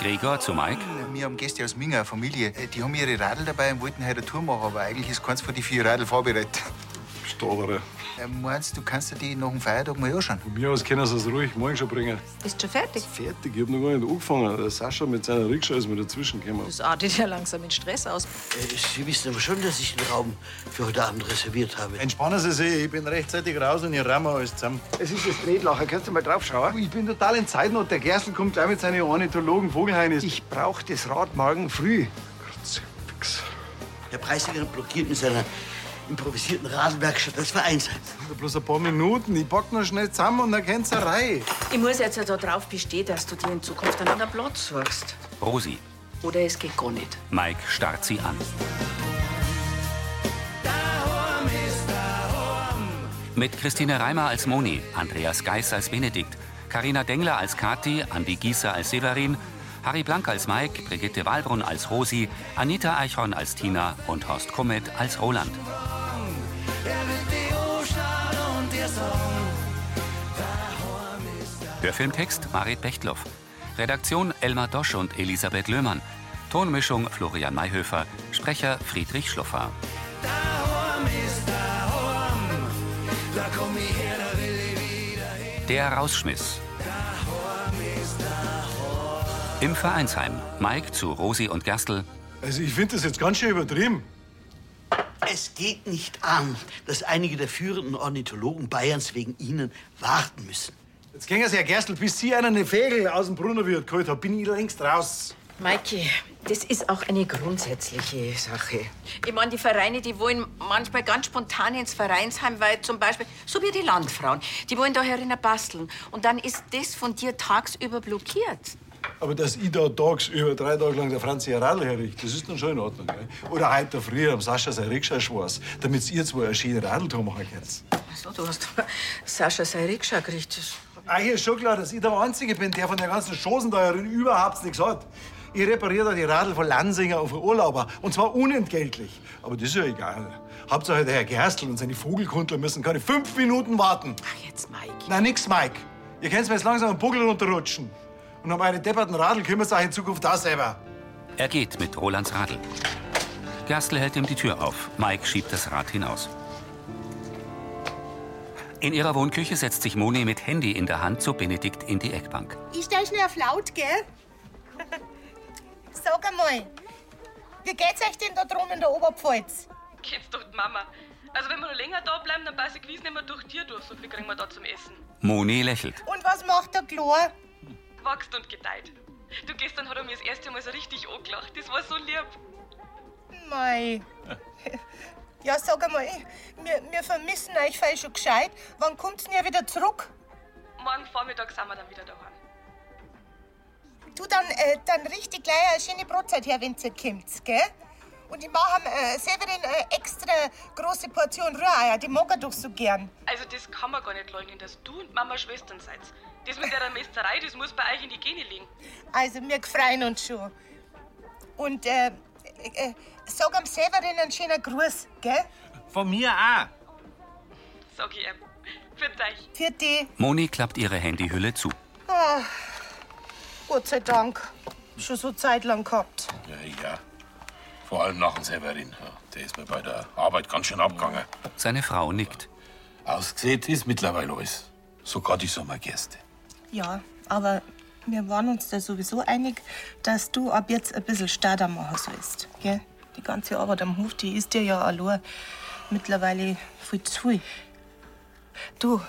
Gregor zu Mike. Wir haben Gäste aus Minga, eine Familie. Äh, Die haben ihre Radl dabei und wollten heute eine Tour machen, aber eigentlich ist keins von den vier Radl vorbereitet. Stabere. Äh, Meinst du, kannst du die nach dem Feiertag mal anschauen? Von mir aus können sie es ruhig morgen schon bringen. Ist schon fertig. Fertig, ich hab noch gar nicht angefangen. Der Sascha mit seiner Rikscha ist mir dazwischen gekommen. Das artet ja Ah, langsam in Stress aus. Äh, Sie wissen aber schon, dass ich den Raum für heute Abend reserviert habe. Entspannen Sie sich, ich bin rechtzeitig raus und ich ramme alles zusammen. Oh, Es ist das Drehlacher. Kannst du mal drauf schauen? Ich bin total in Zeitnot. Der Gerstl kommt gleich mit seinen Ornithologen Vogelheinis. Ich brauche das Rad morgen früh. Fix. Der Preisiger blockiert mit seiner improvisierten Rasenwerkstatt das Vereinsheim. bloß ein paar Minuten. Ich pack noch schnell zusammen und dann geht's eine Reihe. Ich muss jetzt ja da drauf bestehen, dass du dir in Zukunft einen anderen Platz suchst. Rosi. Oder es geht gar nicht. Mike starrt sie an. Mit Christine Reimer als Moni, Andreas Geis als Benedikt, Karina Dengler als Kathi, Andi Gieser als Severin, Harry Blank als Mike, Brigitte Wahlbrunn als Rosi, Anita Eichhorn als Tina und Horst Kummet als Roland. Ah, Der Filmtext Marit Bechtloff. Redaktion Elmar Dosch und Elisabeth Löhmann. Tonmischung Florian Mayhöfer. Sprecher Friedrich Schluffer. Der Rausschmiss. Im Vereinsheim. Mike zu Rosi und Gerstl. Also, ich finde das jetzt ganz schön übertrieben. Es geht nicht an, dass einige der führenden Ornithologen Bayerns wegen Ihnen warten müssen. Jetzt gehen Sie, Herr Gerstl, bis Sie einen Fegel aus dem Brunnerwirt geholt haben, bin ich längst raus. Maiki, das ist auch eine grundsätzliche Sache. Ich meine, die Vereine, die wollen manchmal ganz spontan ins Vereinsheim, weil zum Beispiel, so wie die Landfrauen, die wollen da herinnen basteln. Und dann ist das von dir tagsüber blockiert. Aber dass ich da tags über drei Tage lang der Franzi ein Radl herricht, das ist dann schon in Ordnung. Gell? Oder heute früh am Sascha sein Rikscha schwarz, damit ihr zwei eine schöne Radltour machen könnt. So, Also, du hast Sascha seine Rikscha gekriegt. Das- Eigentlich ist schon klar, dass ich der Einzige bin, der von der ganzen Chosen da herin überhaupt nichts hat. Ich repariere da die Radl von Lansinger auf Urlauber. Und zwar unentgeltlich. Aber das ist ja egal. Hauptsache, der Herr Gerstl und seine Vogelkundler müssen keine fünf Minuten warten. Ach, jetzt, Maiki. Na nix, Mike. Ihr könnt mir jetzt langsam einen Buckel runterrutschen. Und um meine depperten Radl kümmert euch in Zukunft auch selber. Er geht mit Rolands Radl. Gerstl hält ihm die Tür auf. Mike schiebt das Rad hinaus. In ihrer Wohnküche setzt sich Moni mit Handy in der Hand zu Benedikt in die Eckbank. Ich stell schnell auf laut, gell? Sag einmal, wie geht's euch denn da drum in der Oberpfalz? Geht's doch, die Mama. Also, wenn wir noch länger da bleiben, dann passe ich gewiss nicht mehr durch die Tür durch. So viel kriegen wir da zum Essen. Moni lächelt. Und was macht der Chlor? Wächst und gedeiht. Du, gestern hat er mir das erste Mal so richtig angelacht. Das war so lieb. Mei. Ja, sag einmal, wir, wir vermissen euch voll schon gescheit. Wann kommt's denn ihr wieder zurück? Morgen Vormittag sind wir dann wieder daheim. Du, dann, äh, dann richtig gleich eine schöne Brotzeit her, wenn's ihr kommt, gell? Und ich mache äh, Severin eine extra große Portion Rühreier, die mag er doch so gern. Also, das kann man gar nicht leugnen, dass du und Mama Schwestern seid. Das mit der Mästerei, das muss bei euch in die Gene liegen. Also, wir freuen uns schon. Und äh, äh, sag am Severin einen schönen Gruß, gell? Von mir auch. Sag ich ihm. Für dich. Für die. Moni klappt ihre Handyhülle zu. Ah, Gott sei Dank. Schon so Zeit lang gehabt. Ja, ja. Vor allem nach dem Severin. Ja, Der ist mir bei der Arbeit ganz schön abgegangen. Seine Frau nickt. Ausgesät ist mittlerweile alles. Sogar die Sommergäste. Ja, aber wir waren uns da sowieso einig, dass du ab jetzt ein bisschen starrer machen sollst, gell? Die ganze Arbeit am Hof, die ist dir ja allein mittlerweile viel zu viel. Du,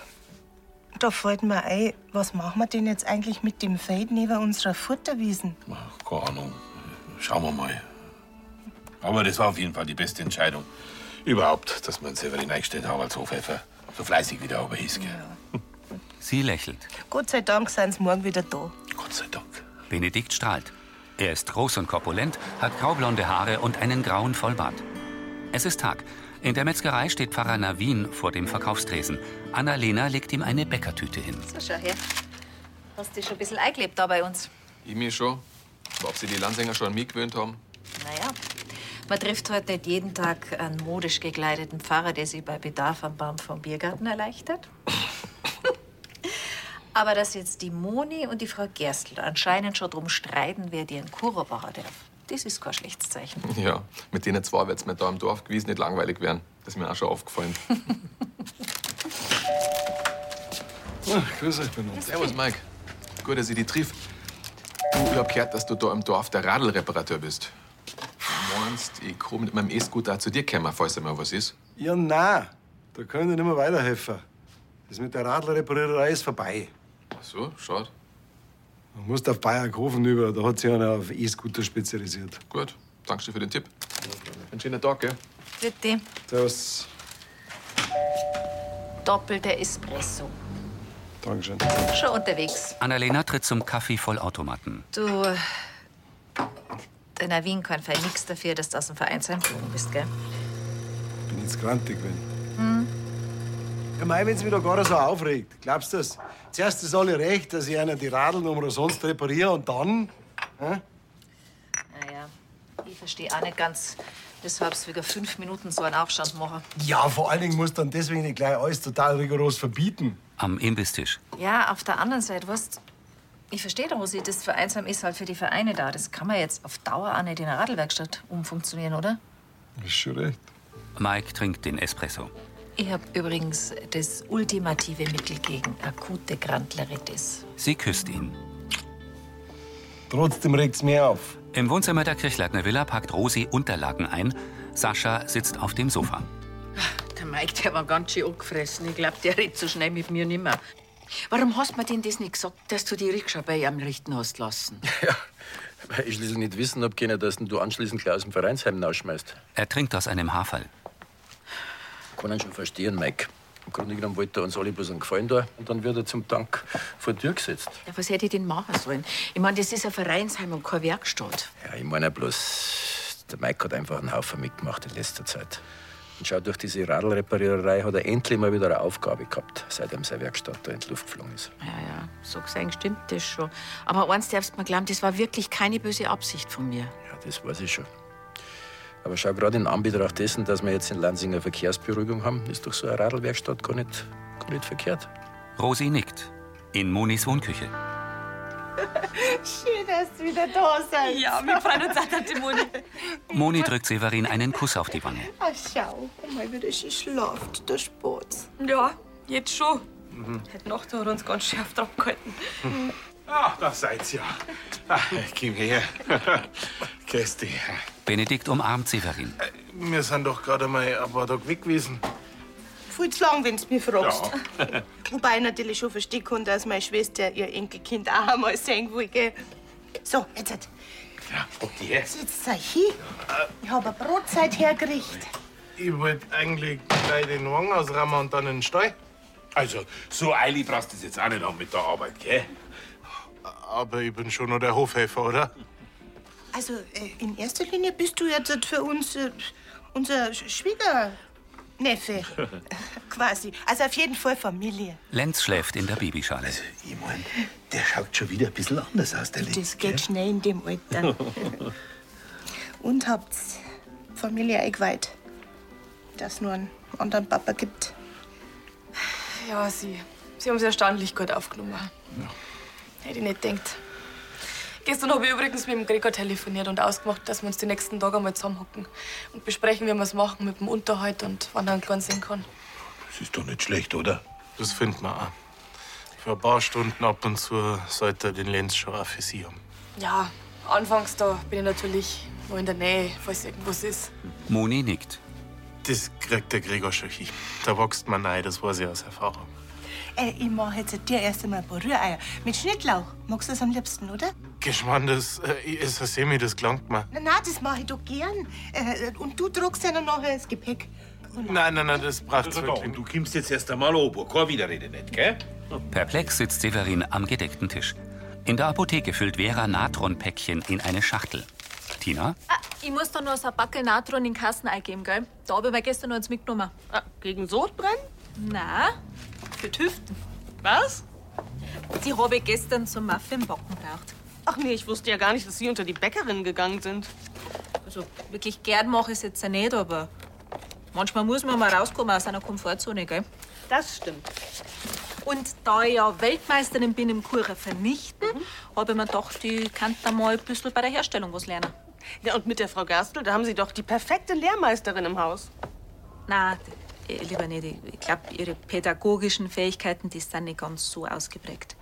da fällt mir ein, was machen wir denn jetzt eigentlich mit dem Feld neben unserer Futterwiesen? Ach, Keine Ahnung. Schauen wir mal. Aber das war auf jeden Fall die beste Entscheidung überhaupt, dass man Severin eingestellt haben als Hofhelfer. So fleißig wie der aber ist, gell? Sie lächelt. Gott sei Dank sind sie morgen wieder da. Gott sei Dank. Benedikt strahlt. Er ist groß und korpulent, hat graublonde Haare und einen grauen Vollbart. Es ist Tag. In der Metzgerei steht Pfarrer Navin vor dem Verkaufstresen. Annalena legt ihm eine Bäckertüte hin. So, schau her. Hast dich schon ein bisschen eingelebt da bei uns. Ich mir schon. Aber ob sie die Landsänger schon an mich gewöhnt haben? Naja, man trifft heute nicht jeden Tag einen modisch gekleideten Pfarrer, der sie bei Bedarf am Baum vom Biergarten erleichtert. Aber dass jetzt die Moni und die Frau Gerstl anscheinend schon drum streiten, wer dir einen Kurer bauen darf, das ist kein schlechtes Zeichen. Ja, mit denen zwei wird's mir da im Dorf gewiss nicht langweilig werden. Das ist mir auch schon aufgefallen. Ach, Ah, grüß euch, Benno. Servus, Mike. Gut, dass ich dich triff. Du, ich hab gehört, dass du da im Dorf der Radlreparateur bist. Meinst, ich komm mit meinem E-Scooter auch zu dir kommen, falls einmal was ist? Ja, nein, da können ich nicht mehr weiterhelfen. Das mit der Radlerrepariererei ist vorbei. Ach so, schade. Man muss auf Bayerkofen über, da hat sich einer auf E-Scooter spezialisiert. Gut, danke dir für den Tipp. Einen schönen Tag, gell? Bitte. Servus. Doppelter Espresso. Dankeschön. Schon unterwegs. Annalena tritt zum Kaffee-Vollautomaten. Du. Deiner Wien kann Fall nichts dafür, dass du aus dem Vereinsheim geflogen bist, gell? Bin jetzt grantig, wenn. Hm. Ja, mei, wenn's mich da gar so aufregt. Glaubst du das? Zuerst ist alle recht, dass ich einer die Radeln umsonst repariere und dann. Hä? Naja, ich verstehe auch nicht ganz, weshalb sie wieder fünf Minuten so einen Aufstand machen. Ja, vor allen Dingen muss dann deswegen nicht gleich alles total rigoros verbieten. Am Imbistisch. Ja, auf der anderen Seite, weißt ich verstehe doch, Rosi, das Vereinsheim ist halt für die Vereine da. Das kann man jetzt auf Dauer auch nicht in eine Radlwerkstatt umfunktionieren, oder? Ist schon recht. Mike trinkt den Espresso. Ich habe übrigens das ultimative Mittel gegen akute Grandleritis. Sie küsst ihn. Trotzdem regt's mir auf. Im Wohnzimmer der Kirchleitner Villa packt Rosi Unterlagen ein. Sascha sitzt auf dem Sofa. Der Mike, der war ganz schön angefressen. Ich glaub, der redet so schnell mit mir nimmer. Warum hast du mir denn das nicht gesagt, dass du die Rikscha bei ihm richten hast lassen? Weil ich schließlich nicht wissen hab können, dass du anschließend gleich aus dem Vereinsheim rausschmeißt. Er trinkt aus einem Haferl. Kann ihn schon verstehen, Mike. Im Grunde genommen wollte er uns alle bloß einen Gefallen da und dann wird er zum Dank vor die Tür gesetzt. Ja, was hätte ich denn machen sollen? Ich meine, das ist ein Vereinsheim und keine Werkstatt. Ja, ich meine bloß, der Mike hat einfach einen Haufen mitgemacht in letzter Zeit. Und schau, durch diese Radlrepariererei hat er endlich mal wieder eine Aufgabe gehabt, seitdem seine Werkstatt da in die Luft geflogen ist. Ja, ja, so gesehen stimmt das schon. Aber eins darfst du mir glauben, das war wirklich keine böse Absicht von mir. Ja, das weiß ich schon. Aber schau, gerade in Anbetracht dessen, dass wir jetzt in Lansing eine Verkehrsberuhigung haben, ist doch so eine Radlwerkstatt gar nicht, gar nicht verkehrt. Rosi nickt. In Monis Wohnküche. Schön, dass du wieder da seid. Ja, wir freuen uns auch, die Moni. Moni drückt Severin einen Kuss auf die Wange. Ach, schau, mal wieder schön schlaft, der Spatz. Ja, jetzt schon. Heute Nacht hat er uns ganz schärf drauf gehalten. Ach, da seid's ja. Ah, komm her. Grüß dich. Benedikt umarmt Severin. Wir sind doch gerade mal ein paar Tage weg gewesen. Viel zu lang, wenn du mich fragst. Ja. Wobei ich natürlich schon verstehen kann, dass meine Schwester ihr Enkelkind auch einmal sehen will. Gell? So, jetzt halt. Okay. sitzt euch hin. Ich habe eine Brotzeit hergerichtet. äh, Ich wollte eigentlich gleich den Wagen ausrammen und dann in den Stall. Also, so eilig brauchst du es jetzt auch nicht an mit der Arbeit, gell? Aber ich bin schon noch der Hofhelfer, oder? Also, äh, in erster Linie bist du jetzt für uns äh, unser Sch- Schwiegerneffe, quasi. Also auf jeden Fall Familie. Lenz schläft in der Babyschale. Also, Der schaut schon wieder ein bisschen anders aus, der Das geht schnell in dem Alter. Und habt's Familie eingeweiht, dass nur einen anderen Papa gibt. Ja, sie. Sie haben sie erstaunlich gut aufgenommen. Hätte ich nicht gedacht. Gestern habe ich übrigens mit dem Gregor telefoniert und ausgemacht, dass wir uns die nächsten Tage einmal zusammenhocken und besprechen, wie wir es machen mit dem Unterhalt und wann er einen Kleinen sehen kann. Das ist doch nicht schlecht, oder? Das findet man auch. Für ein paar Stunden ab und zu sollte er den Lenz schon auch für sie haben. Ja, anfangs da bin ich natürlich noch in der Nähe, falls irgendwas ist. Moni nickt. Das kriegt der Gregor schon hin. Da wächst man rein, das weiß ich aus Erfahrung. Äh, ich mach jetzt dir erst einmal ein paar Rühreier. Mit Schnittlauch. Magst du das am liebsten, oder? Geschmand, das äh, ist ein Semi, das gelangt mir. Na, na das mache ich doch gern. Äh, und du trugst ja nachher das Gepäck. Nein, nein, nein, das braucht's wirklich. Und du kommst jetzt erst einmal oben. Keine Widerrede nicht, gell? Perplex sitzt Severin am gedeckten Tisch. In der Apotheke füllt Vera Natron-Päckchen in eine Schachtel. Tina? Ah, Ich muss da noch so ein Backel Natron in den Kasten eingeben, gell? Da habe ich mir gestern noch eins mitgenommen. Ah, gegen Sodbrennen? Na, für die Hüften. Was? Die habe ich gestern zum Muffinbacken gebraucht. Ach nee, ich wusste ja gar nicht, dass Sie unter die Bäckerin gegangen sind. Also wirklich gern mache ich es jetzt auch nicht, aber manchmal muss man mal rauskommen aus einer Komfortzone, gell? Das stimmt. Und da ich ja Weltmeisterin bin im Kuchen vernichten, Mhm. habe ich mir gedacht, ich könnte da mal ein bisschen bei der Herstellung was lernen. Ja, und mit der Frau Gerstl, da haben Sie doch die perfekte Lehrmeisterin im Haus. Na, äh, lieber nicht. Ich- Ich glaube, Ihre pädagogischen Fähigkeiten, die sind nicht ganz so ausgeprägt.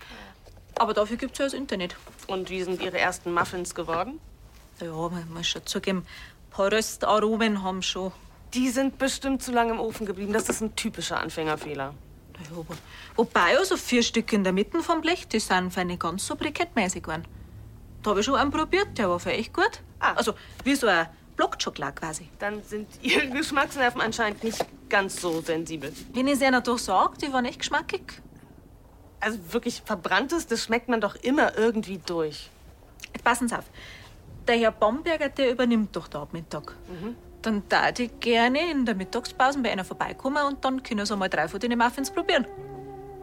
Aber dafür gibt es ja das Internet. Und wie sind Ihre ersten Muffins geworden? Ja, man muss schon zugeben, ein paar Röstaromen haben schon. Die sind bestimmt zu lange im Ofen geblieben. Das ist ein typischer Anfängerfehler. Ja, aber- Wobei ja so vier Stück in der Mitte vom Blech, die sind für nicht ganz so brikettmäßig geworden. Da habe ich schon einen probiert, der war für echt gut. Also wie so ein Blockschokolade quasi. Ah. Dann sind Ihre Geschmacksnerven anscheinend nicht ganz so sensibel. Wenn ich es einer durchsage, die waren echt geschmackig. Also wirklich Verbranntes, das schmeckt man doch immer irgendwie durch. Jetzt passen Sie auf. Der Herr Bomberger, der übernimmt doch da ab Mittag. Dann darf ich gerne in der Mittagspause bei einer vorbeikommen und dann können Sie mal drei von den Muffins probieren.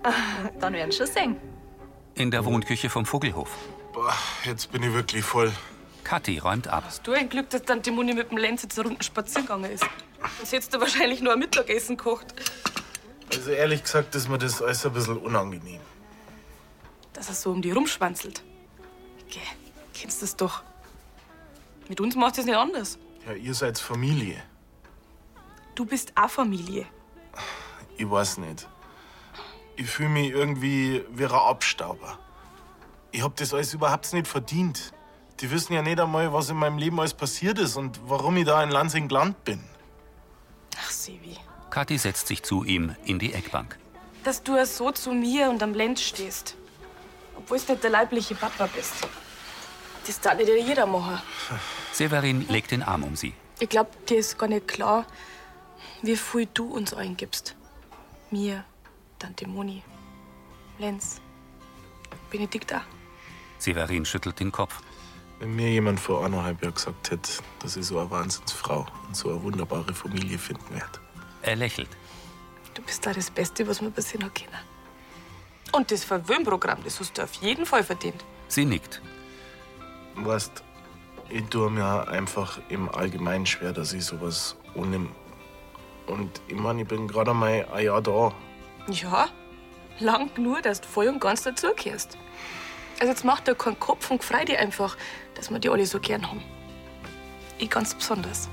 Ah. Und dann werden Sie schon sehen. In der Wohnküche vom Vogelhof. Boah, jetzt bin ich wirklich voll. Kathi räumt ab. Du ein Glück, dass Tante Muni mit dem Lenz jetzt einen runden spazieren gegangen ist. Sonst hättest du wahrscheinlich nur ein Mittagessen gekocht. Also ehrlich gesagt ist mir das alles ein bisschen unangenehm. dass er so um die rumschwanzelt. Geh, kennst das doch. Mit uns macht es nicht anders. Ja, ihr seid Familie. Du bist auch Familie. Ich weiß nicht. Ich fühle mich irgendwie wie ein Abstauber. Ich hab das alles überhaupt nicht verdient. Die wissen ja nicht einmal, was in meinem Leben alles passiert ist und warum ich da in Lansing gelandet bin. Ach, Sebi. Kathi setzt sich zu ihm in die Eckbank. Dass du ja so zu mir und am Lenz stehst. Obwohl du nicht der leibliche Papa bist. Das darf nicht jeder machen. Severin legt den Arm um sie. Ich glaube, dir ist gar nicht klar, wie viel du uns eingibst. Mir, Tante Moni, Lenz, Benedikta. Severin schüttelt den Kopf. Wenn mir jemand vor anderthalb Jahren gesagt hätte, dass ich so eine Wahnsinnsfrau und so eine wunderbare Familie finden werde. Er lächelt. Du bist da das Beste, was mir passieren hat können. Und das Verwöhnprogramm, das hast du auf jeden Fall verdient. Sie nickt. Weißt, ich tue mir einfach im Allgemeinen schwer, dass ich sowas unnehme. Und ich meine, ich bin gerade mal ein Jahr da. Ja, lang nur, dass du voll und ganz dazugehörst. Also jetzt mach dir keinen Kopf und freu dich einfach, dass wir die alle so gern haben. Ich ganz besonders.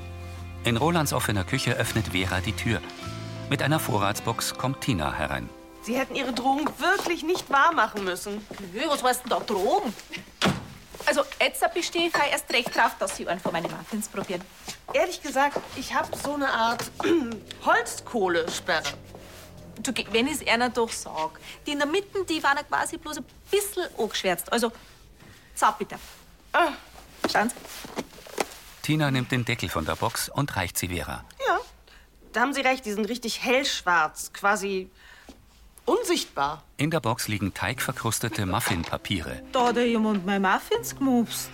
In Rolands offener Küche öffnet Vera die Tür. Mit einer Vorratsbox kommt Tina herein. Sie hätten Ihre Drohung wirklich nicht wahr machen müssen. Nö, was weißt denn da Drogen? Also, jetzt bestehe ich erst recht drauf, dass Sie einen von meinen Muffins probieren. Ehrlich gesagt, ich habe so eine Art Holzkohlesperre. Du, geh, wenn ich es einer doch sag. Die in der Mitte, die waren ja quasi bloß ein bisschen angeschwärzt. Also, zap bitte. Ah. Schauen Sie. Tina nimmt den Deckel von der Box und reicht sie Vera. Ja, da haben Sie recht, die sind richtig hellschwarz, quasi unsichtbar. In der Box liegen teigverkrustete Muffinpapiere. Da hat ja jemand meine Muffins gemobst.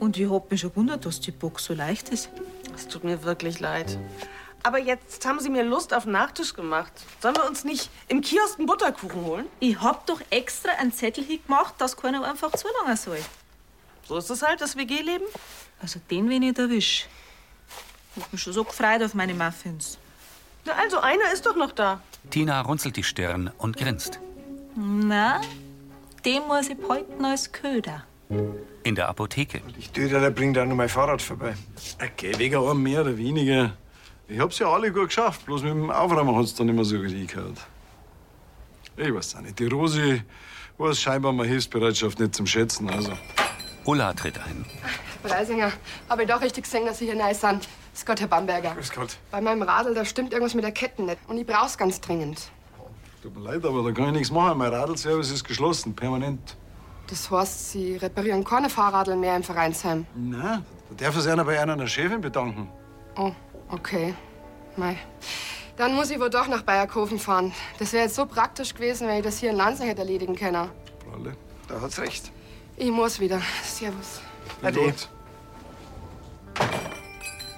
Und ich hab mich schon gewundert, dass die Box so leicht ist. Es tut mir wirklich leid. Aber jetzt haben Sie mir Lust auf Nachtisch gemacht. Sollen wir uns nicht im Kiosk einen Butterkuchen holen? Ich hab doch extra einen Zettel hingemacht, dass keiner einfach zulangen soll. So ist es halt, das WG-Leben. Also den, wenn ich erwisch. Ich hab mich schon so gefreut auf meine Muffins. Na, also einer ist doch noch da. Tina runzelt die Stirn und grinst. Na, den muss ich behalten als Köder. In der Apotheke. Du, der bringt auch noch mein Fahrrad vorbei. Okay, wegen einem mehr oder weniger. Ich hab's ja alle gut geschafft, bloß mit dem Aufräumen hat's dann nicht mehr so gut hingehört. Ich weiß auch nicht, die Rosi weiß scheinbar meine Hilfsbereitschaft nicht zum Schätzen, also. Ulla tritt ein. Breisinger, habe ich doch richtig gesehen, dass Sie hier neu sind. Grüß Gott, Herr Bamberger. Grüß Gott. Bei meinem Radl, da stimmt irgendwas mit der Kette nicht. Und ich brauch's ganz dringend. Tut mir leid, aber da kann ich nichts machen. Mein Radlservice ist geschlossen, permanent. Das heißt, Sie reparieren keine Fahrradl mehr im Vereinsheim. Na, da darf sich einer bei einer der Chefin bedanken. Oh, okay. Mei. Dann muss ich wohl doch nach Bayerkofen fahren. Das wäre jetzt so praktisch gewesen, wenn ich das hier in Lansing hätte erledigen können. Pralle. Da hat's recht. Ich muss wieder. Servus. Ade.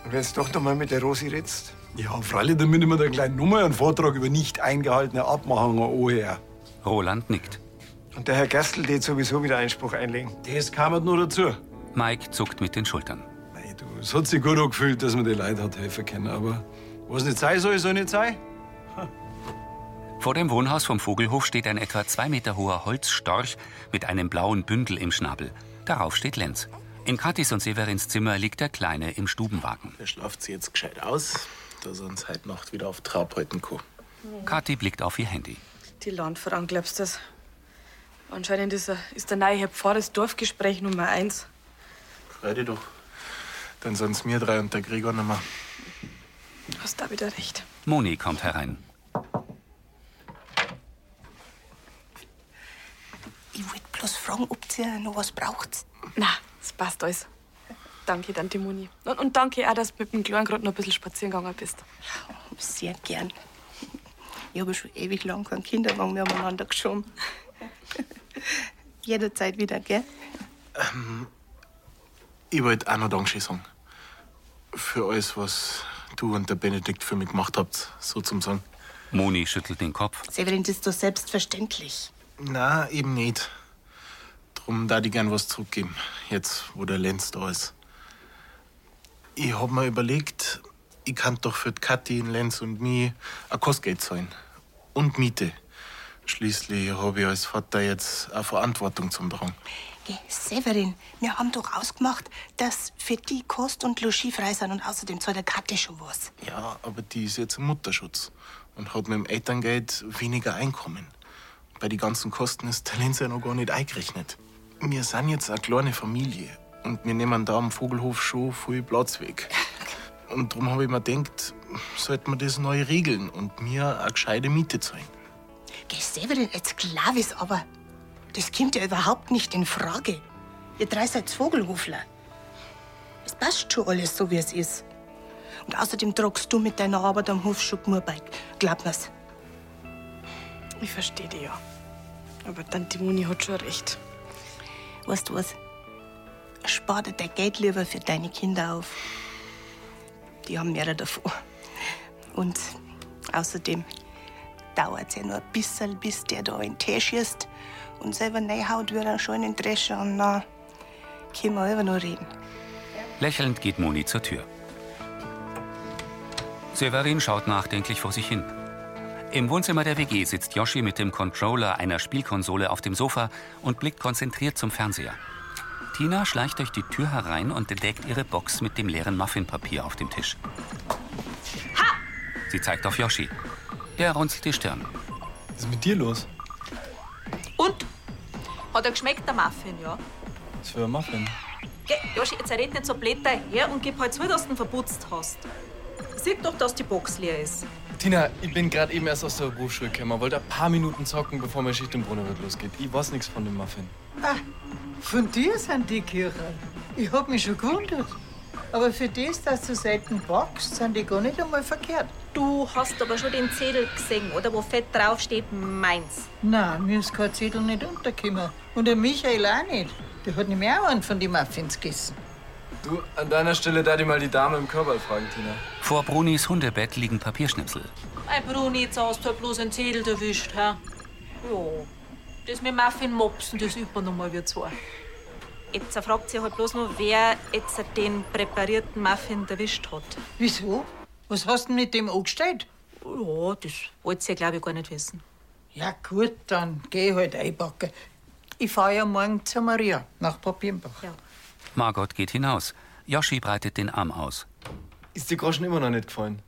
Und wenn's doch noch mal mit der Rosi redst. Ja, freilich, damit ich mir der kleinen Nummer einen Vortrag über nicht eingehaltene Abmachungen OER. Roland nickt. Und der Herr Gerstl wird sowieso wieder Einspruch einlegen. Das kam halt nur dazu. Mike zuckt mit den Schultern. Es hat sich gut angefühlt, dass man die Leute hat helfen können, aber was nicht sein soll, soll nicht sein. Vor dem Wohnhaus vom Vogelhof steht ein etwa zwei Meter hoher Holzstorch mit einem blauen Bündel im Schnabel. Darauf steht Lenz. In Katis und Severins Zimmer liegt der Kleine im Stubenwagen. Der schlaft sie jetzt gescheit aus, dass er uns heute Nacht wieder auf Trab halten kann. Kathi blickt auf ihr Handy. Die Landfrauen, glaubst du das? Anscheinend ist, er, ist der neue Herr Pfarrer das Dorfgespräch Nummer eins. Freu dich doch. Dann sind's mir drei und der Gregor nimmer. Hast da wieder recht. Moni kommt herein. Ich wollte bloß fragen, ob ihr noch was braucht. Na, es passt alles. Danke, Tante Moni. Und, und danke auch, dass du mit dem Kleinen gerade noch ein bisschen spazieren gegangen bist. Sehr gern. Ich habe schon ewig lang keinen Kinderwagen mehr umeinander geschoben. Jederzeit wieder, gell? Ähm, ich wollte auch noch Dankeschön sagen. Für alles, was du und der Benedikt für mich gemacht habt, so zum Sagen. Moni schüttelt den Kopf. Severin, das ist doch selbstverständlich. Na, eben nicht. Drum da die gern was zurückgeben, jetzt wo der Lenz da ist. Ich hab mir überlegt, ich kann doch für die Kathi, den Lenz und mich ein Kostgeld zahlen. Und Miete. Schließlich hab ich als Vater jetzt eine Verantwortung zum Drang. Geh, Severin, wir haben doch ausgemacht, dass für die Kost und Logis frei sind und außerdem soll der Katte schon was. Ja, aber die ist jetzt im Mutterschutz und hat mit dem Elterngeld weniger Einkommen. Bei den ganzen Kosten ist der Lenz ja noch gar nicht eingerechnet. Wir sind jetzt eine kleine Familie und wir nehmen da am Vogelhof schon viel Platz weg. Und darum habe ich mir gedacht, sollten wir das neu regeln und mir eine gescheite Miete zahlen. Geh, Severin, jetzt klar ist aber. Das kommt ja überhaupt nicht in Frage. Ihr drei seid Vogelhufler. Es passt schon alles so, wie es ist. Und außerdem tragst du mit deiner Arbeit am Hof schon nur bei. Glaub mir's. Ich verstehe dich ja. Aber Tante Moni hat schon recht. Weißt du was? Spar dir dein Geld lieber für deine Kinder auf. Die haben mehrere davon. Und außerdem dauert's ja nur ein bisschen, bis der da in den Tee schießt und selber reinhaut wie einen schönen Drescher. Und dann können wir über noch reden. Lächelnd geht Moni zur Tür. Severin schaut nachdenklich vor sich hin. Im Wohnzimmer der WG sitzt Yoshi mit dem Controller einer Spielkonsole auf dem Sofa und blickt konzentriert zum Fernseher. Tina schleicht durch die Tür herein und entdeckt ihre Box mit dem leeren Muffinpapier auf dem Tisch. Sie zeigt auf Yoshi. Der runzelt die Stirn. Was ist mit dir los? Hat er geschmeckt, der Muffin, ja? Was für ein Muffin? Geh, Joshi, jetzt red nicht so blöd daher und gib halt zu, dass du ihn verputzt hast. Sieht doch, dass die Box leer ist. Tina, ich bin gerade eben erst aus der Berufsschule gekommen, wollte ein paar Minuten zocken, bevor meine Schicht im Brunnenwirt losgeht. Ich weiß nichts von dem Muffin. Ah, von dir sind die Kirchen. Ich hab mich schon gewundert. Aber für das, dass du selten backst, sind die gar nicht einmal verkehrt. Du hast aber schon den Zettel gesehen, oder? Wo fett draufsteht, meins. Nein, mir ist kein Zettel nicht untergekommen. Und der Michael auch nicht. Der hat nämlich auch einen von den Muffins gegessen. Du, an deiner Stelle da die mal die Dame im Körper fragen, Tina. Vor Brunis Hundebett liegen Papierschnipsel. Mein Bruni, jetzt hast du halt bloß einen Zettel erwischt, hä? Ja. Das mit Muffin-Mopsen, das übt man nochmal wie zwei. Jetzt fragt sich halt bloß nur, wer jetzt den präparierten Muffin erwischt hat. Wieso? Was hast du denn mit dem angestellt? Ja, das wollte sie, glaube ich, gar nicht wissen. Ja, gut, dann geh halt einpacken. Ich fahre ja morgen zu Maria nach Papienbach. Margot geht hinaus. Yoshi breitet den Arm aus. Ist dir Groschen immer noch nicht gefallen?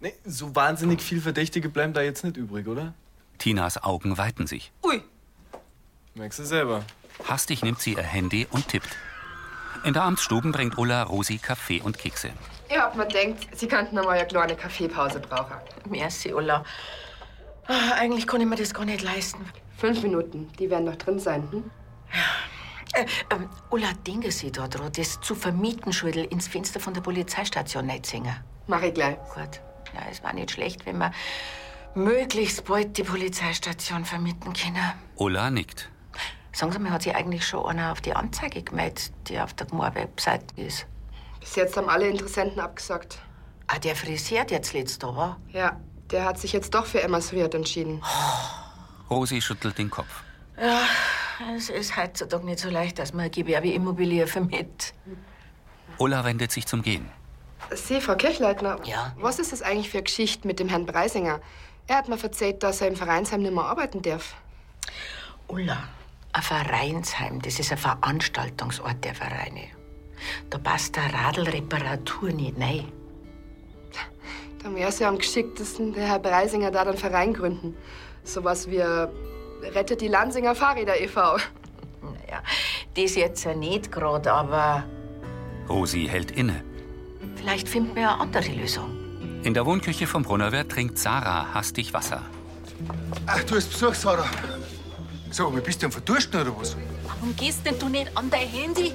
Nee, so wahnsinnig viel Verdächtige bleiben da jetzt nicht übrig, oder? Tinas Augen weiten sich. Merkst du selber. Hastig nimmt sie ihr Handy und tippt. In der Amtsstuben bringt Ulla Rosi Kaffee und Kekse. Ich hab mir gedacht, Sie könnten einmal eine kleine Kaffeepause brauchen. Merci, Ulla. Ah, eigentlich kann ich mir das gar nicht leisten. Fünf Minuten, die werden noch drin sein. Hm? Äh, ähm, Ulla, denken Sie da dran, das zu vermieten, Schüttel, ins Fenster von der Polizeistation nicht singen. Mach ich gleich. Gut. Ja, es war nicht schlecht, wenn wir möglichst bald die Polizeistation vermieten können. Ulla nickt. Sagen Sie mir, hat sich eigentlich schon einer auf die Anzeige gemeldet, die auf der Gmor-Website ist? Bis jetzt haben alle Interessenten abgesagt. Ah, der frisiert jetzt letzter, wa? Ja, der hat sich jetzt doch für Emma Sowjet entschieden. Rosi schüttelt den Kopf. Ja, es ist heutzutage nicht so leicht, dass man Gewerbeimmobilie vermittelt. Ulla wendet sich zum Gehen. Sie, Frau Kirchleitner, ja? was ist das eigentlich für eine Geschichte mit dem Herrn Breisinger? Er hat mir erzählt, dass er im Vereinsheim nicht mehr arbeiten darf. Ulla, ein Vereinsheim, das ist ein Veranstaltungsort der Vereine. Da passt der Radlreparatur nicht rein. Dann wäre es ja am geschicktesten, der Herr Breisinger da den Verein gründen. Sowas wie äh, Rettet die Lansinger Fahrräder e e.V. Naja, das jetzt ja nicht gerade, aber Rosi hält inne. vielleicht finden wir eine andere Lösung. In der Wohnküche vom Brunnerwirt trinkt Sarah hastig Wasser. Ach, du hast Besuch, Sarah. Sag mal, bist du denn verdursten oder was? Warum gehst denn du nicht an dein Handy?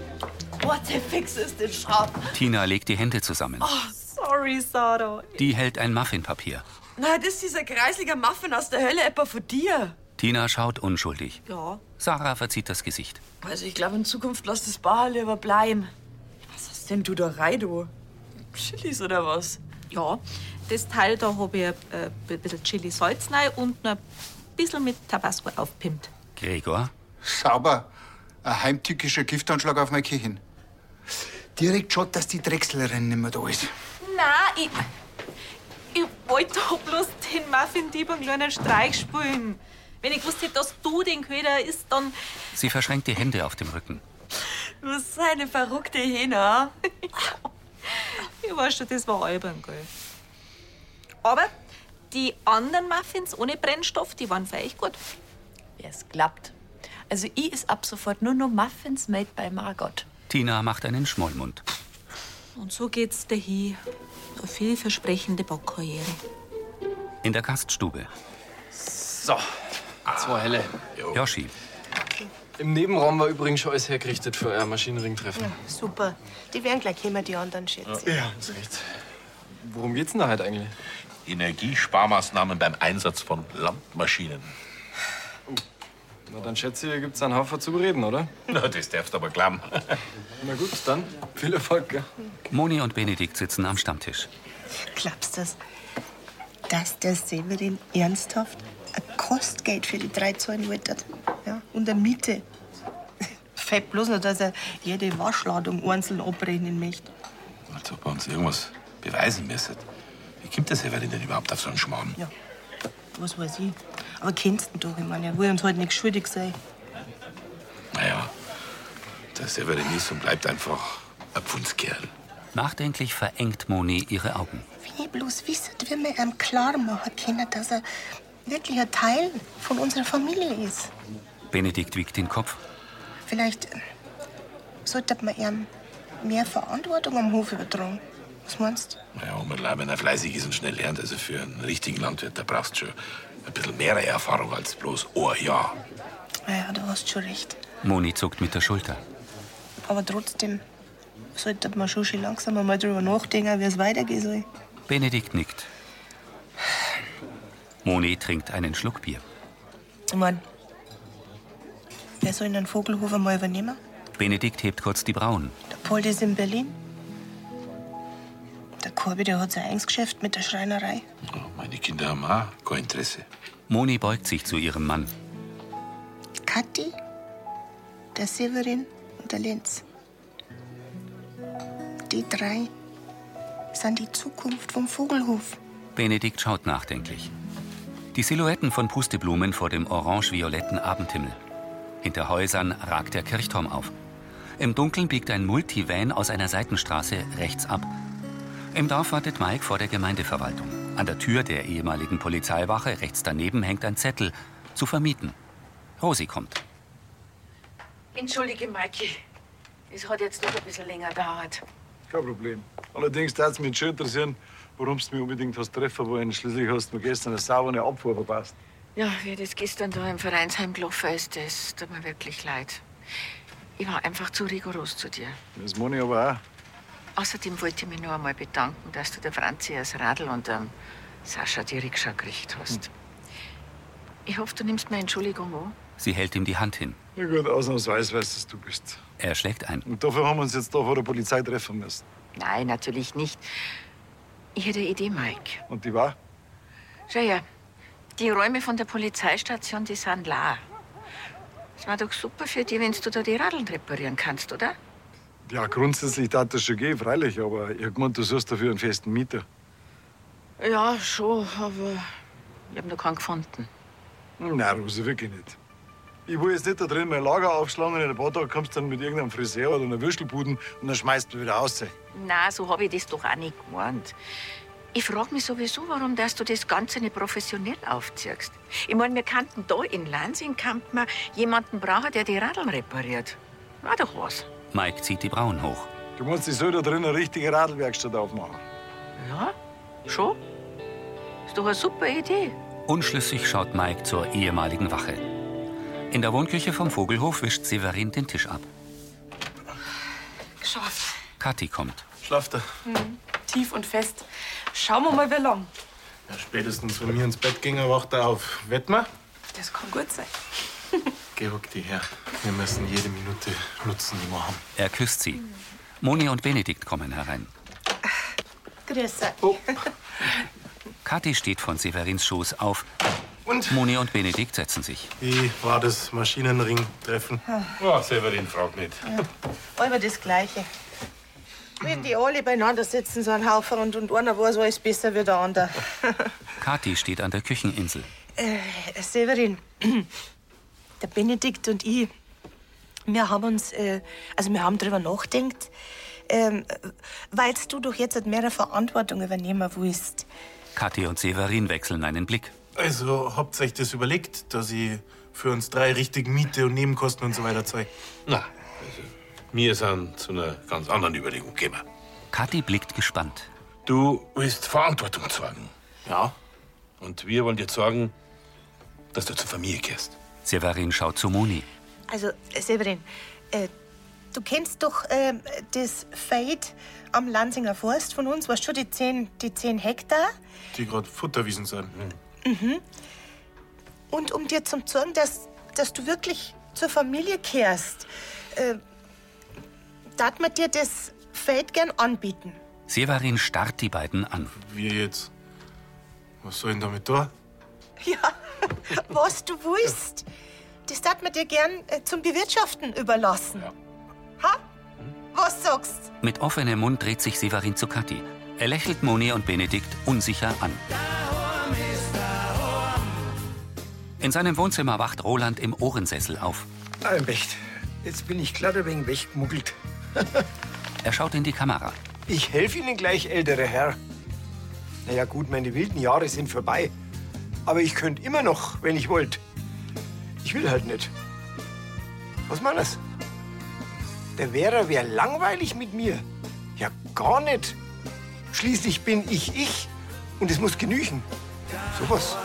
What the fix ist denn scharf? Tina legt die Hände zusammen. Oh, sorry, Sarah. Die hält ein Muffinpapier. Na, das ist dieser kreisliger Muffin aus der Hölle etwa von dir. Tina schaut unschuldig. Ja, Sarah verzieht das Gesicht. also ich glaube, in Zukunft lass das Bar lieber bleiben. Was hast denn du da rein, du? Chilis oder was? Ja, das Teil da habe ich ein äh, bisschen Chili-Salz rein und noch ein bisschen mit Tabasco aufpimmt. Gregor? Sauber. Ein heimtückischer Giftanschlag auf meine Kirchen. Direkt schaut, dass die Drechslerin nicht mehr da ist. Nein, ich. Ich wollte doch bloß den Muffin-Dieb einen kleinen Streich spielen. Wenn ich gewusst hätte, dass du den Köder isst, dann. Sie verschränkt die Hände auf dem Rücken. Du bist so eine verrückte Hena. ich weiß schon, das war albern, gell. Aber die anderen Muffins ohne Brennstoff, die waren für euch gut. Es klappt. Also ich is ab sofort nur noch Muffins made by Margot. Tina macht einen Schmollmund. Und so geht's dahin. Eine vielversprechende Bockkarriere. In der Gaststube. So, zwei helle. Yoshi. Im Nebenraum war übrigens schon alles hergerichtet für euer Maschinenringtreffen. Ja, super. Die werden gleich immer die anderen schätzen. ist recht. Worum geht's denn da heute eigentlich? Energiesparmaßnahmen beim Einsatz von Landmaschinen. Na, dann schätze ich, gibt's einen Haufen zu bereden, oder? Na, das darfst du aber glauben. Na gut, dann viel Erfolg, gell? Moni und Benedikt sitzen am Stammtisch. Glaubst du das? Dass der Severin ernsthaft ein Kostgeld für die drei zahlen wollte. Ja? Und eine Miete. Fällt bloß noch, dass er jede Waschladung einzeln abrechnen möchte. Als ob wir uns irgendwas beweisen müssen. Wie kommt der Severin denn überhaupt auf so einen Schmarrn? Was weiß ich. Aber kennst du doch, ich meine, er will uns heute nicht schuldig sein. Naja, der Severin ist und bleibt einfach ein Pfundskerl. Nachdenklich verengt Moni ihre Augen. Wenn ihr bloß wisst, wie wir ihm klar machen können, dass er wirklich ein Teil von unserer Familie ist. Benedikt wiegt den Kopf. Vielleicht äh, sollte man ihm mehr Verantwortung am Hof übertragen. Was meinst du? Naja, und allein, wenn er fleißig ist und schnell lernt, also für einen richtigen Landwirt, da brauchst du schon ein bisschen mehr Erfahrung als bloß ein Jahr. Ja, du hast schon recht. Moni zuckt mit der Schulter. Aber trotzdem sollte man schon schon langsam mal drüber nachdenken, wie es weitergehen soll. Benedikt nickt. Moni trinkt einen Schluck Bier. Ich meine, wer soll den Vogelhof einmal übernehmen? Benedikt hebt kurz die Brauen. Der Paul der ist in Berlin. Der Korbi, der hat sein eigenes Geschäft mit der Schreinerei. Meine Kinder haben auch kein Interesse. Moni beugt sich zu ihrem Mann. Kathi, der Severin und der Lenz. Die drei sind die Zukunft vom Vogelhof. Benedikt schaut nachdenklich. Die Silhouetten von Pusteblumen vor dem orange-violetten Abendhimmel. Hinter Häusern ragt der Kirchturm auf. Im Dunkeln biegt ein Multivan aus einer Seitenstraße rechts ab. Im Dorf wartet Mike vor der Gemeindeverwaltung. An der Tür der ehemaligen Polizeiwache rechts daneben hängt ein Zettel. Zu vermieten. Rosi kommt. Entschuldige, Maiki. Es hat jetzt doch ein bisschen länger gedauert. Kein Problem. Allerdings darf es mich schon interessieren, warum du mich unbedingt hast treffen wollen. Schließlich hast du mir gestern eine saubere Abfuhr verpasst. Ja, wie das gestern da im Vereinsheim gelaufen ist, das tut mir wirklich leid. Ich war einfach zu rigoros zu dir. Das Moni aber auch. Außerdem wollte ich mich nur einmal bedanken, dass du der Franzi als Radl und dem Sascha die Rikscha gekriegt hast. Ich hoffe, du nimmst meine Entschuldigung an. Sie hält ihm die Hand hin. Na gut, ausnahmsweise weißt dass du bist. Er schlägt ein. Und dafür haben wir uns jetzt da vor der Polizei treffen müssen. Nein, natürlich nicht. Ich hätte eine Idee, Mike. Und die war? Schau her, die Räume von der Polizeistation, die sind la. Es war doch super für dich, wenn du da die Radeln reparieren kannst, oder? Ja, grundsätzlich tat das schon gehen, freilich. Aber ich hab gemeint, du suchst dafür einen festen Mieter. Ja, schon, aber Ich hab noch keinen gefunden. Na, Rosi, wirklich nicht. Ich will jetzt nicht da drin mein Lager aufschlagen und in ein paar Tagen kommst du dann mit irgendeinem Friseur oder einer Würstelbuden und dann schmeißt du mich wieder aus. Na, so habe ich das doch auch nicht gemeint. Ich frage mich sowieso, warum dass du das Ganze nicht professionell aufziehst. Ich meine, wir kannten da in Lansing kannten wir jemanden brauchen, der die Radeln repariert. War doch was. Mike zieht die Brauen hoch. Du musst dich so da drin eine richtige Radlwerkstatt aufmachen. Ja, schon. Ist doch eine super Idee. Unschlüssig schaut Mike zur ehemaligen Wache. In der Wohnküche vom Vogelhof wischt Severin den Tisch ab. Geschafft. Kathi kommt. Schlaft er. Hm. Tief und fest. Schauen wir mal, wie lang. Ja, spätestens, wenn wir ins Bett gingen, wacht er auf. Wetten wir? Das kann gut sein. Geh hock die her. Wir müssen jede Minute nutzen, die wir haben. Er küsst sie. Moni und Benedikt kommen herein. Grüß euch. Kathi steht von Severins Schoß auf. Und? Moni und Benedikt setzen sich. Wie war das Maschinenring-Treffen? Ja, Ah, Severin fragt nicht. Immer das Gleiche. Wenn die alle beieinander sitzen, so ein Haufen, und, und einer weiß alles besser wie der andere. Kathi steht an der Kücheninsel. Äh, Severin, der Benedikt und ich, wir haben uns, äh, also wir haben drüber nachgedacht, ähm, weil du doch jetzt mehr Verantwortung übernehmen willst. Kathi und Severin wechseln einen Blick. Also, habt ihr euch das überlegt, dass ich für uns drei richtig Miete und Nebenkosten und so weiter zeige? Na, Wir sind zu einer ganz anderen Überlegung gekommen. Kathi blickt gespannt. Du willst Verantwortung zeigen. Ja. Und wir wollen dir sagen, dass du zur Familie gehst. Severin schaut zu Moni. Also, Severin, äh, du kennst doch ähm, das Feld am Lansinger Forst von uns, weißt schon, die 10, die 10 Hektar. Die gerade Futterwiesen sind. Hm. Mhm. Und um dir zu zeigen, dass, dass du wirklich zur Familie kehrst, äh, darf man dir das Feld gern anbieten. Severin starrt die beiden an. Wir jetzt. Was soll denn damit da? Ja, was du willst. Das darf man dir gern äh, zum Bewirtschaften überlassen. Ha? Was sagst Mit offenem Mund dreht sich Severin zu Kathi. Er lächelt Moni und Benedikt unsicher an. In seinem Wohnzimmer wacht Roland im Ohrensessel auf. Albecht, jetzt bin ich glatt ein wenig weggemuggelt. Er schaut in die Kamera. Ich helfe Ihnen gleich, älterer Herr. Na ja, gut, meine wilden Jahre sind vorbei. Aber ich könnte immer noch, wenn ich wollte. Ich will halt nicht. Was meinst du? Der Vera wäre langweilig mit mir. Ja, gar nicht. Schließlich bin ich ich. Und es muss genügen. Sowas.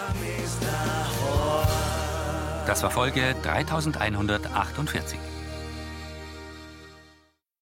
Das war Folge 3148.